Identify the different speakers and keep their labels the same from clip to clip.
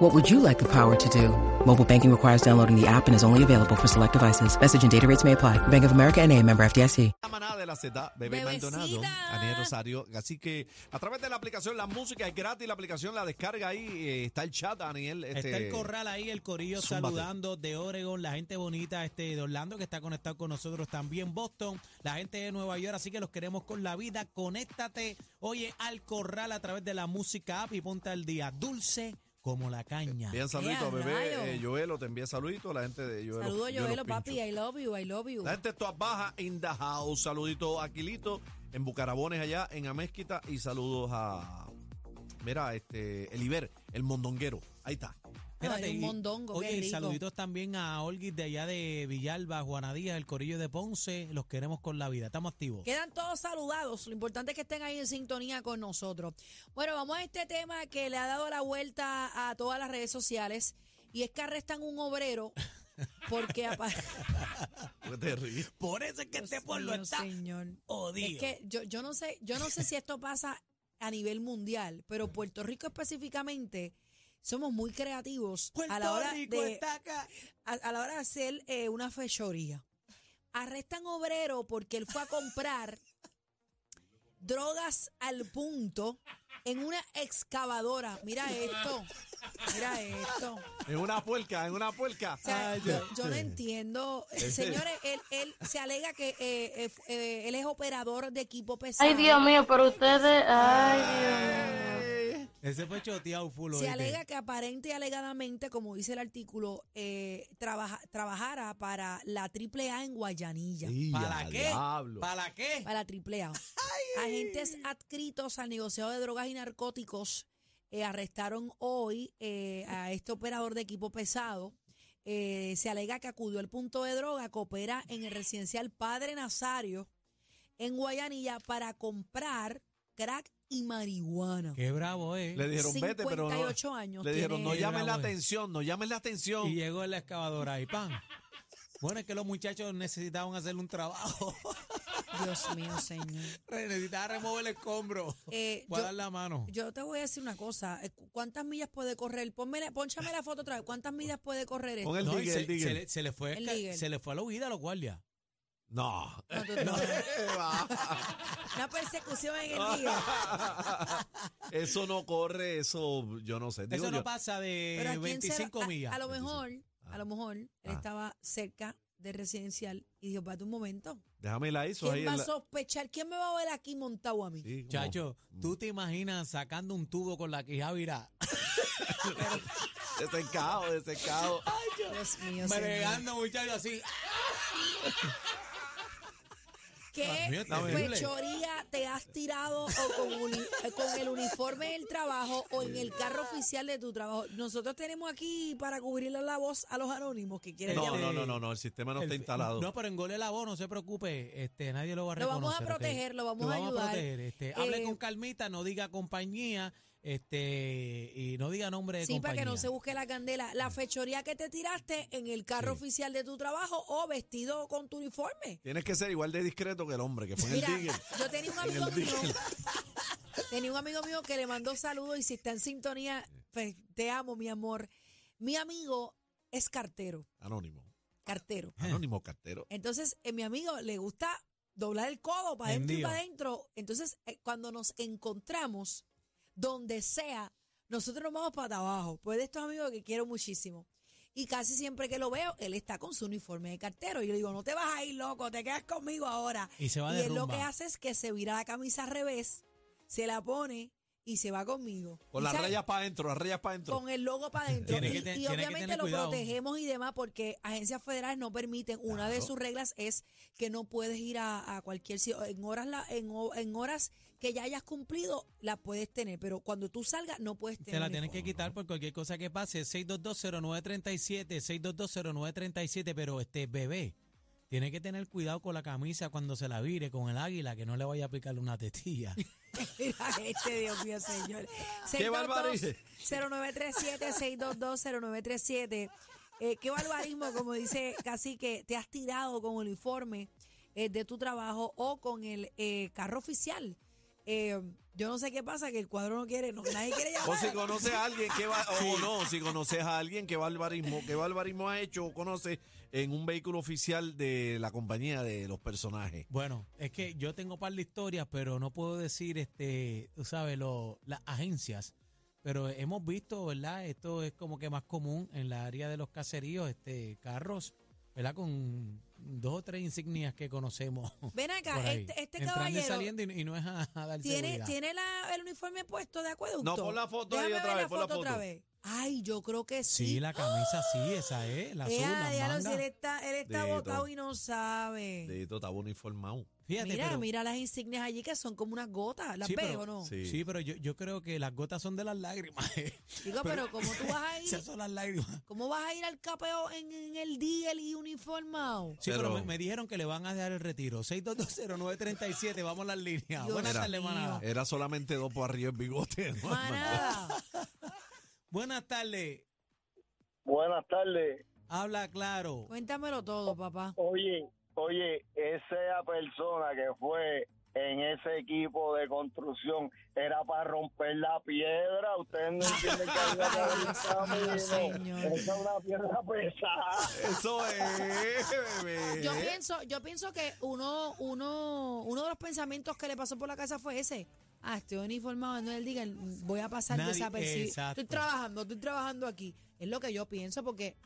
Speaker 1: What would you like the power to do? Mobile banking requires downloading the app and is only available for select devices. Message and data rates may apply. Bank of America and a member FDIC.
Speaker 2: La manada de la Z, Bebé
Speaker 3: Bebecita.
Speaker 2: Maldonado, Aniel Rosario. Así que a través de la aplicación, la música es gratis, la aplicación la descarga ahí, eh, está el chat, este, Daniel.
Speaker 4: Está el corral ahí, el corillo
Speaker 2: zúmbate.
Speaker 4: saludando de Oregon, la gente bonita este, de Orlando que está conectado con nosotros también, Boston, la gente de Nueva York, así que los queremos con la vida. Conéctate, oye, al corral a través de la música app y ponte al día. Dulce como la caña.
Speaker 2: Bien, saludito,
Speaker 3: ¡Ea, rayos!
Speaker 2: bebé. Eh, Joelo, te envía saludito. La gente de Joelo.
Speaker 3: Saludos,
Speaker 2: Joelo
Speaker 3: Joelo, papi.
Speaker 2: Pincho.
Speaker 3: I love you, I love you.
Speaker 2: La gente de Toa Baja, in the house. Saludito a Aquilito, en Bucarabones allá, en Amezquita. Y saludos a, mira, este, Eliver, el mondonguero. Ahí está.
Speaker 4: Espérate,
Speaker 3: Ay, un
Speaker 4: y-
Speaker 3: mondongo, qué
Speaker 4: Oye, y
Speaker 3: rico.
Speaker 4: saluditos también a Olguis de allá de Villalba, Juanadías, el corillo de Ponce, los queremos con la vida. Estamos activos.
Speaker 3: Quedan todos saludados. Lo importante es que estén ahí en sintonía con nosotros. Bueno, vamos a este tema que le ha dado la vuelta a todas las redes sociales y es que arrestan un obrero porque apa-
Speaker 2: ¿Por qué te ríes?
Speaker 4: Por eso es que este pueblo
Speaker 3: Dios
Speaker 4: está
Speaker 3: señor.
Speaker 4: odio.
Speaker 3: Es que yo, yo no sé, yo no sé si esto pasa a nivel mundial, pero Puerto Rico específicamente somos muy creativos a la hora de
Speaker 4: acá.
Speaker 3: a, a la hora de hacer eh, una fechoría. Arrestan obrero porque él fue a comprar drogas al punto en una excavadora. Mira esto. Mira esto.
Speaker 2: En una puerca, en una puerca.
Speaker 3: O sea,
Speaker 2: Ay,
Speaker 3: yo, yo no entiendo. Señores, él, él se alega que eh, eh, f- eh, él es operador de equipo pesado.
Speaker 5: Ay, Dios mío, pero ustedes. Ay, Dios mío.
Speaker 4: Ese fue choteado full.
Speaker 3: Se
Speaker 4: oíste.
Speaker 3: alega que aparente y alegadamente, como dice el artículo, eh, trabaja- trabajara para la AAA en Guayanilla.
Speaker 2: Y
Speaker 4: ¿Para
Speaker 2: al
Speaker 4: qué?
Speaker 2: diablo.
Speaker 4: ¿Para qué?
Speaker 3: para la triple A. Agentes adscritos al negociado de drogas y narcóticos eh, arrestaron hoy eh, a este operador de equipo pesado. Eh, se alega que acudió al punto de droga que opera en el residencial Padre Nazario en Guayanilla para comprar crack y marihuana.
Speaker 4: Qué bravo, eh.
Speaker 2: Le dijeron, vete, pero no.
Speaker 3: 58 años
Speaker 2: Le dijeron, no
Speaker 3: tiene-
Speaker 2: llamen la
Speaker 4: Bravo, eh.
Speaker 2: atención, no llamen la atención.
Speaker 4: Y llegó la excavadora y pan. Bueno, es que los muchachos necesitaban hacer un trabajo.
Speaker 3: Dios mío, señor.
Speaker 4: Necesitaban remover el escombro.
Speaker 3: Eh, yo-
Speaker 4: Guardar la mano.
Speaker 3: Yo te voy a decir una cosa. eh, cu- ¿Cuántas millas puede correr? Ponme la, ponchame la foto otra vez. ¿Cuántas millas puede correr esto?
Speaker 2: Pon el
Speaker 4: No, y
Speaker 2: digger,
Speaker 4: se,
Speaker 2: el digger.
Speaker 4: se le, se le fue,
Speaker 3: El
Speaker 4: esca-
Speaker 3: digger.
Speaker 4: se le fue a la huida a los guardias.
Speaker 2: No.
Speaker 3: No, tú- no. Una persecución en el río.
Speaker 2: eso no corre, eso yo no sé. Digo
Speaker 4: Eso no
Speaker 2: yo,
Speaker 4: pasa
Speaker 2: Eh,
Speaker 3: Pero a
Speaker 4: de
Speaker 3: quién se lo-
Speaker 4: 25
Speaker 3: a-
Speaker 4: millas.
Speaker 3: A, lo mejor,
Speaker 2: Ah.
Speaker 3: a lo mejor, él
Speaker 2: Ah.
Speaker 3: estaba cerca del residencial y dijo, espérate un momento.
Speaker 2: déjame la ISO ahí.
Speaker 3: ¿Quién
Speaker 2: en
Speaker 3: va a
Speaker 2: la-
Speaker 3: sospechar? ¿Quién me va a ver aquí montado a mí?
Speaker 2: Sí, como-
Speaker 4: Chacho, tú te imaginas sacando un tubo con la quija virada,
Speaker 2: Desencado, desencado.
Speaker 3: Dios mío, señor.
Speaker 4: bregando muchachos así.
Speaker 3: ¿Qué Eh,
Speaker 4: Dios mío, terrible.
Speaker 3: fechoría te has tirado o con, uni- eh, con el uniforme del trabajo o en el carro oficial de tu trabajo? Nosotros tenemos aquí para cubrirle la voz a los anónimos que quieren
Speaker 2: No,
Speaker 3: llamar.
Speaker 2: no, no, no, no, el sistema no
Speaker 4: Este, El-
Speaker 2: está instalado.
Speaker 4: No, pero engole la voz, no se preocupe, este, nadie lo va a
Speaker 3: Lo
Speaker 4: reconocer.
Speaker 3: vamos a
Speaker 4: ¿ok?
Speaker 3: proteger, lo vamos a ayudar.
Speaker 4: proteger. Este, hable
Speaker 3: Eh,
Speaker 4: con calmita, no diga compañía, este, y no diga nombre de
Speaker 3: Sí, para
Speaker 4: compañía.
Speaker 3: que no se busque la candela.
Speaker 2: Mm.
Speaker 3: La fechoría que te tiraste en el carro oficial de tu trabajo o vestido con tu uniforme.
Speaker 2: Tienes que ser igual de discreto que el hombre que fue en
Speaker 3: Mira,
Speaker 2: el digger.
Speaker 3: yo tenía un
Speaker 2: En el
Speaker 3: amigo mío,
Speaker 2: digger.
Speaker 3: tenía un amigo mío que le mandó saludos y si está en sintonía, pues, te amo, mi amor. Mi amigo es cartero,
Speaker 2: Anónimo.
Speaker 3: cartero.
Speaker 4: Eh.
Speaker 2: Anónimo cartero.
Speaker 3: Entonces, eh, mi amigo le gusta doblar el codo para adentro y
Speaker 4: Hendido.
Speaker 3: para adentro. Entonces, eh, cuando nos encontramos, donde sea, nosotros nos vamos para abajo. Pues de estos amigos que quiero muchísimo. Y casi siempre que lo veo, él está con su uniforme de cartero. Y yo le digo, no te vas a ir, loco, te quedas conmigo ahora.
Speaker 4: Y se va
Speaker 3: Y
Speaker 4: de
Speaker 3: él lo
Speaker 4: rumba.
Speaker 3: que hace es que se vira la camisa al revés, se la pone y se va conmigo.
Speaker 2: Con
Speaker 3: Y
Speaker 2: las
Speaker 3: sabe-
Speaker 2: rayas para adentro, las rayas para adentro.
Speaker 3: con el logo para adentro.
Speaker 4: Tiene
Speaker 3: Y,
Speaker 4: que te-
Speaker 3: y
Speaker 4: tiene que
Speaker 3: obviamente
Speaker 4: tener
Speaker 3: lo
Speaker 4: cuidado.
Speaker 3: protegemos y demás porque agencias federales no permiten. Una de sus reglas es que no puedes ir a, a cualquier sitio. En horas, la- en, ho- en horas que ya hayas cumplido, la puedes tener, pero cuando tú salgas no puedes tener.
Speaker 4: Te la tienes que
Speaker 3: uniforme.
Speaker 4: quitar por cualquier cosa que pase. 6220937, 6220937, pero este bebé. Tiene que tener cuidado con la camisa cuando se la vire con el águila, que no le vaya a picar una tetilla.
Speaker 3: Mira este, Dios mío, señor.
Speaker 2: barbaridad.
Speaker 3: 0937-622-0937. Eh, qué barbarismo, como dice Cacique, te has tirado con el uniforme eh, de tu trabajo o con el eh, carro oficial. Eh, yo no sé qué pasa, que el cuadro no quiere, no, nadie quiere
Speaker 2: O
Speaker 3: llamar.
Speaker 2: si conoces a alguien que va, o no, si conoces a alguien que barbarismo, que barbarismo ha hecho o conoce en un vehículo oficial de la compañía de los personajes.
Speaker 4: Bueno, es que yo tengo par de historias, pero no puedo decir, este, tú sabes, lo, las agencias. Pero hemos visto, ¿verdad? Esto es como que más común en la área de los caseríos, este, carros, ¿verdad? Con dos o tres insignias que conocemos.
Speaker 3: Ven
Speaker 4: por
Speaker 3: acá,
Speaker 4: ahí.
Speaker 3: este, este
Speaker 4: Entrando y
Speaker 3: caballero
Speaker 4: saliendo y, y no es a, a dar
Speaker 3: tiene,
Speaker 4: seguridad.
Speaker 3: tiene la- el uniforme puesto de acueducto.
Speaker 2: No, pon la foto ahí
Speaker 3: Déjame
Speaker 2: otra
Speaker 3: ver
Speaker 2: vez, pon la
Speaker 3: otra
Speaker 2: foto.
Speaker 3: vez. Ay, yo creo que sí.
Speaker 4: Sí, la camisa sí, esa es, la azul,
Speaker 3: Ea,
Speaker 4: la
Speaker 3: diablo, si
Speaker 4: manga.
Speaker 3: él está, él está
Speaker 2: Dito.
Speaker 3: botado y no
Speaker 2: De
Speaker 3: sabe.
Speaker 2: Tota esto está uniformado.
Speaker 4: Fíjate,
Speaker 3: mira,
Speaker 4: pero,
Speaker 3: mira las insignias allí que son como unas gotas. ¿Las
Speaker 4: Sí,
Speaker 3: ves
Speaker 4: pero-
Speaker 3: o no?
Speaker 2: Sí.
Speaker 4: Sí, pero yo, yo creo que las gotas son de las lágrimas. eh.
Speaker 3: Digo, pero, ¿cómo tú vas a ir?
Speaker 4: Esas son las lágrimas.
Speaker 3: ¿Cómo vas a ir al capeo en, en el diel y uniformado?
Speaker 4: Sí, pero,
Speaker 2: Pero-
Speaker 4: me, me dijeron que le van a dar el retiro. 6220937, vamos a las líneas.
Speaker 3: Dios
Speaker 4: Buenas
Speaker 2: mío.
Speaker 4: tardes, manada.
Speaker 2: Era solamente dos por arriba el bigote. ¿no?
Speaker 3: Manada.
Speaker 4: Buenas tardes.
Speaker 6: Buenas tardes.
Speaker 4: Habla claro.
Speaker 3: Cuéntamelo todo, papá.
Speaker 6: Oye, oye, esa persona que fue en ese equipo de construcción era para romper la piedra. Ustedes no entienden que había que abrir camino.
Speaker 3: Señor.
Speaker 6: Esa es una piedra pesada.
Speaker 2: Eso es, bebé.
Speaker 3: Yo pienso, yo pienso que uno, uno, uno de los pensamientos que le pasó por la casa fue ese. Ah, estoy uniformado en el diel, voy a pasar
Speaker 4: Nadie-
Speaker 3: desapercibido.
Speaker 4: exacto.
Speaker 3: Estoy trabajando, estoy trabajando aquí. Es lo que yo pienso porque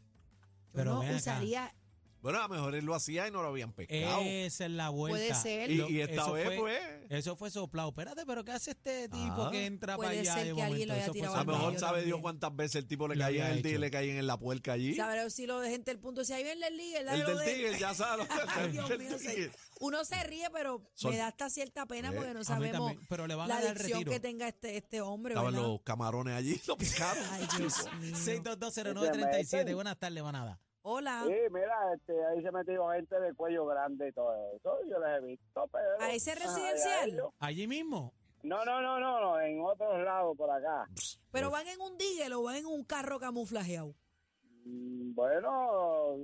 Speaker 3: yo
Speaker 4: Pero
Speaker 3: no
Speaker 4: ven acá.
Speaker 3: usaría
Speaker 2: Bueno, a lo mejor él lo hacía y no lo habían pescado.
Speaker 3: Eh,
Speaker 4: Esa es la vuelta.
Speaker 3: Puede ser.
Speaker 2: y,
Speaker 4: Lo-
Speaker 2: y esta
Speaker 4: eso
Speaker 2: vez,
Speaker 4: fue-
Speaker 2: pues.
Speaker 4: Eso fue soplado. Espérate, pero ¿qué hace este tipo
Speaker 2: Ah.
Speaker 4: que entra para
Speaker 3: Puede
Speaker 4: allá
Speaker 3: ser
Speaker 4: de
Speaker 3: que alguien
Speaker 4: momento?
Speaker 3: lo haya
Speaker 4: Eso fue
Speaker 3: tirado
Speaker 2: A
Speaker 3: al
Speaker 2: lo
Speaker 4: soplado.
Speaker 2: mejor
Speaker 3: yo
Speaker 2: sabe
Speaker 3: también.
Speaker 2: Dios cuántas veces el tipo le
Speaker 4: Lo
Speaker 2: caía en
Speaker 4: había
Speaker 2: el día y
Speaker 4: hecho.
Speaker 2: le caía en la puerca allí.
Speaker 3: Sabrá si lo de gente el punto. Si ahí viene el líder,
Speaker 2: El
Speaker 3: dale
Speaker 2: del
Speaker 3: lo de-
Speaker 2: tigre, ya sabe.
Speaker 3: Ay,
Speaker 2: lo
Speaker 3: Dios
Speaker 2: que- el
Speaker 3: mío,
Speaker 2: del
Speaker 3: se-
Speaker 2: tigre.
Speaker 3: uno se ríe, pero
Speaker 2: Son-
Speaker 3: me da hasta cierta pena
Speaker 2: Eh,
Speaker 3: porque no
Speaker 4: A mí
Speaker 3: sabemos
Speaker 4: también, pero le van
Speaker 3: la
Speaker 4: a dar
Speaker 3: adicción
Speaker 4: retiro.
Speaker 3: que tenga este, este hombre,
Speaker 2: Estaban
Speaker 3: ¿verdad?
Speaker 2: los camarones allí, lo picaron.
Speaker 3: Ay, Dios mío.
Speaker 4: 6220937, buenas tardes, manada.
Speaker 3: Hola.
Speaker 6: Sí, mira, este, ahí se metió gente de cuello grande y todo eso. Yo les he visto, pero...
Speaker 3: ¿A ese
Speaker 6: Ay,
Speaker 3: residencial?
Speaker 6: ay, yo-
Speaker 4: Allí mismo.
Speaker 6: No, no, no, no, no, en otros lados por acá.
Speaker 3: Pero van en un digel o van en un carro camuflajeado.
Speaker 6: Mm, Bueno,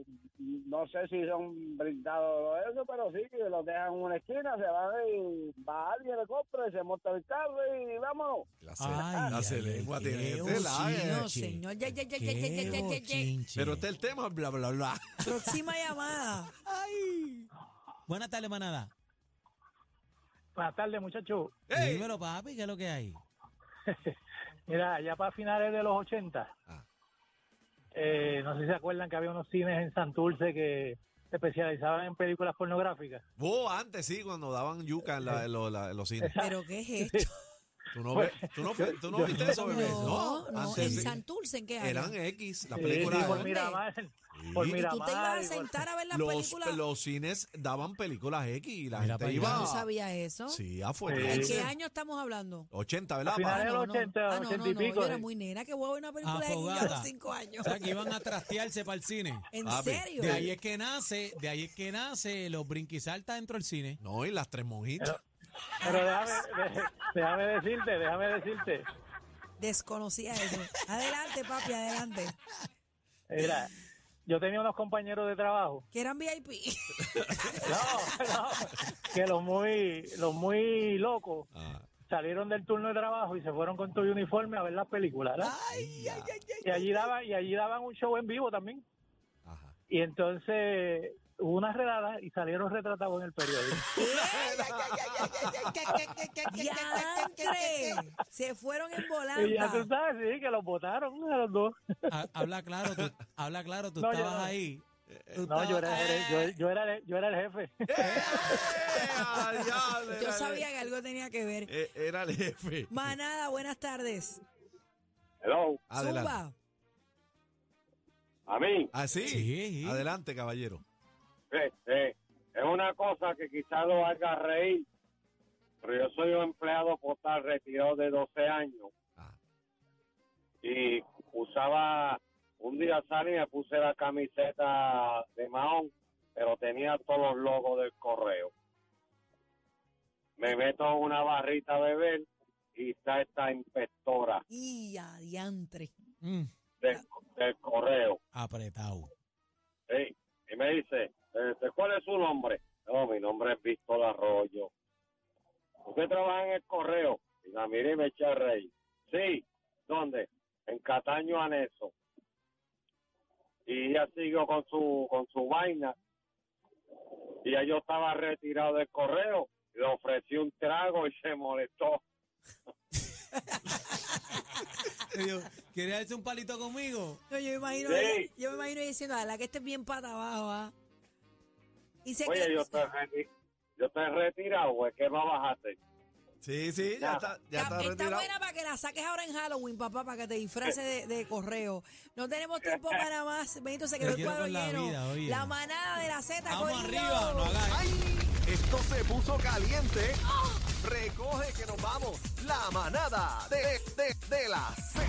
Speaker 6: no sé si son brindados o eso, pero sí que los dejan en una esquina, se van y va alguien, le compra y se monta el carro y vámonos.
Speaker 2: Clase-
Speaker 4: Ay,
Speaker 2: clase
Speaker 4: ay,
Speaker 2: lengua
Speaker 4: qué
Speaker 2: tiene este
Speaker 4: bochinche.
Speaker 2: lague.
Speaker 3: Dios, señor. Ya, ya, ya, ya, ya, ya, ya,
Speaker 4: Qué
Speaker 3: ya, ya.
Speaker 4: bochinche.
Speaker 2: Pero este es el tema, bla, bla, bla.
Speaker 3: Próxima llamada.
Speaker 4: Buenas tardes, manada.
Speaker 7: Buenas tardes, muchachos.
Speaker 2: ¡Ey!
Speaker 4: Dímelo, papi, ¿qué es lo que hay?
Speaker 7: Mira, ya para finales de los 80,
Speaker 2: Ah.
Speaker 7: eh, no sé si se acuerdan que había unos cines en Santurce que se especializaban en películas pornográficas.
Speaker 2: Vos antes sí, cuando daban yuca en, la- en lo- la- en los cines.
Speaker 3: ¿Pero qué es esto?
Speaker 2: Tú no, ves- tú no, fue- tú no viste eso, bebé.
Speaker 3: No, no, en
Speaker 2: antes sí.
Speaker 3: Santurce, ¿en qué área?
Speaker 2: eran X, las
Speaker 7: Sí,
Speaker 2: películas.
Speaker 7: sí, por
Speaker 3: ¿dónde?
Speaker 7: Miramar. Por
Speaker 2: Sí.
Speaker 3: ¿Y tú te
Speaker 7: Miramar,
Speaker 3: ibas a
Speaker 7: por-
Speaker 3: sentar a ver las
Speaker 2: Los,
Speaker 3: películas?
Speaker 2: los cines daban películas X y la
Speaker 4: Mira para
Speaker 2: gente
Speaker 4: allá.
Speaker 3: Yo
Speaker 2: iba.
Speaker 3: no sabía eso.
Speaker 2: Sí, afuera.
Speaker 3: ¿En
Speaker 7: Sí.
Speaker 3: qué año estamos hablando?
Speaker 2: 80, ¿verdad?
Speaker 7: Al final-
Speaker 2: pa?
Speaker 7: Ah, de los 80,
Speaker 3: ah, no,
Speaker 7: 80
Speaker 3: no,
Speaker 7: y
Speaker 3: no,
Speaker 7: pico,
Speaker 3: Yo era
Speaker 7: sí.
Speaker 3: muy nena que voy a ver una película de niña a
Speaker 4: Afogada.
Speaker 3: los cinco años.
Speaker 4: O sea, que iban a trastearse para el cine.
Speaker 3: ¿En
Speaker 2: Papi,
Speaker 3: serio?
Speaker 7: eh,
Speaker 4: De ahí es que nace, de ahí es que nace los brinquisaltas dentro del cine.
Speaker 2: No, y las tres monjitas.
Speaker 7: Pero déjame, de- déjame decirte, déjame decirte.
Speaker 3: Desconocía eso. Adelante, papi, adelante.
Speaker 7: Mira, yo tenía unos compañeros de trabajo.
Speaker 3: Que eran VIP.
Speaker 7: No, no, que los muy, los muy locos
Speaker 2: Ah,
Speaker 7: salieron del turno de trabajo y se fueron con todo uniforme a ver las películas, ¿verdad?
Speaker 2: ya.
Speaker 7: Y allí daban, y allí daban un show en vivo también.
Speaker 2: Ajá.
Speaker 7: Y entonces hubo unas redadas y salieron retratados en el periódico.
Speaker 3: ¡Diantre! Se fueron en
Speaker 7: Y ya tú
Speaker 3: volanda.
Speaker 7: sabes, sí, que los votaron a los dos.
Speaker 4: Ha- habla claro, tú, habla claro, tú
Speaker 7: No, yo
Speaker 4: estabas
Speaker 7: no. Eh,
Speaker 4: ahí. Tú
Speaker 7: No, yo era,
Speaker 4: estabas-
Speaker 7: era- yo, yo era, el- yo era el jefe.
Speaker 2: ¡Eh, diablo!
Speaker 3: Yo
Speaker 2: Era-
Speaker 3: sabía que algo tenía que ver.
Speaker 2: eh, Era el jefe.
Speaker 3: Manada, buenas tardes.
Speaker 6: Hello,
Speaker 2: Adelante.
Speaker 3: Zumba.
Speaker 6: a mí.
Speaker 2: ¿Ah, sí?
Speaker 4: Sí, sí.
Speaker 2: Adelante, caballero.
Speaker 6: Eh, eh, es una cosa que quizás lo haga reír, pero yo soy un empleado postal retirado de 12 años
Speaker 2: Ah.
Speaker 6: y usaba, un día salí y me puse la camiseta de Mahón, pero tenía todos los logos del correo. Me meto a una barrita a beber y está esta inspectora
Speaker 3: Y adiantre.
Speaker 4: Mm,
Speaker 6: del, del correo.
Speaker 4: apretado.
Speaker 6: Sí, y me dice, este, ¿cuál es su nombre? No, mi nombre es Víctor Arroyo. ¿Usted trabaja en el correo? Y la miré y me eché a reír. Sí, ¿dónde? En Cataño Anexo. Y ella siguió con su, con su vaina. Y ya yo estaba retirado del correo. Le ofrecí un trago y se molestó.
Speaker 4: Y yo, ¿Quieres darse un palito conmigo?
Speaker 3: No, yo me imagino,
Speaker 6: Sí.
Speaker 3: yo me imagino diciendo, a la que esté bien pata abajo, ah". Y se
Speaker 6: Oye,
Speaker 3: que-
Speaker 6: yo estoy, reti- yo estoy retirado, güey, ¿qué más bajaste?
Speaker 2: Sí, sí, ya
Speaker 6: Ya.
Speaker 2: está, ya
Speaker 3: Está-
Speaker 2: está
Speaker 3: está
Speaker 2: retirado.
Speaker 3: buena para que la saques ahora en Halloween, papá, para que te disfraces de, de correo. No tenemos tiempo para más. Benito se quedó
Speaker 4: Te
Speaker 3: el
Speaker 4: quiero
Speaker 3: cuadro
Speaker 4: con la
Speaker 3: lleno.
Speaker 4: vida, oye.
Speaker 3: La manada de la Z.
Speaker 4: Vamos
Speaker 3: corillo.
Speaker 4: arriba, no hagas
Speaker 8: ¡Ay! Esto se puso
Speaker 2: ¡Ah!
Speaker 8: caliente. Recoge que nos vamos. La manada de, de, de la Z.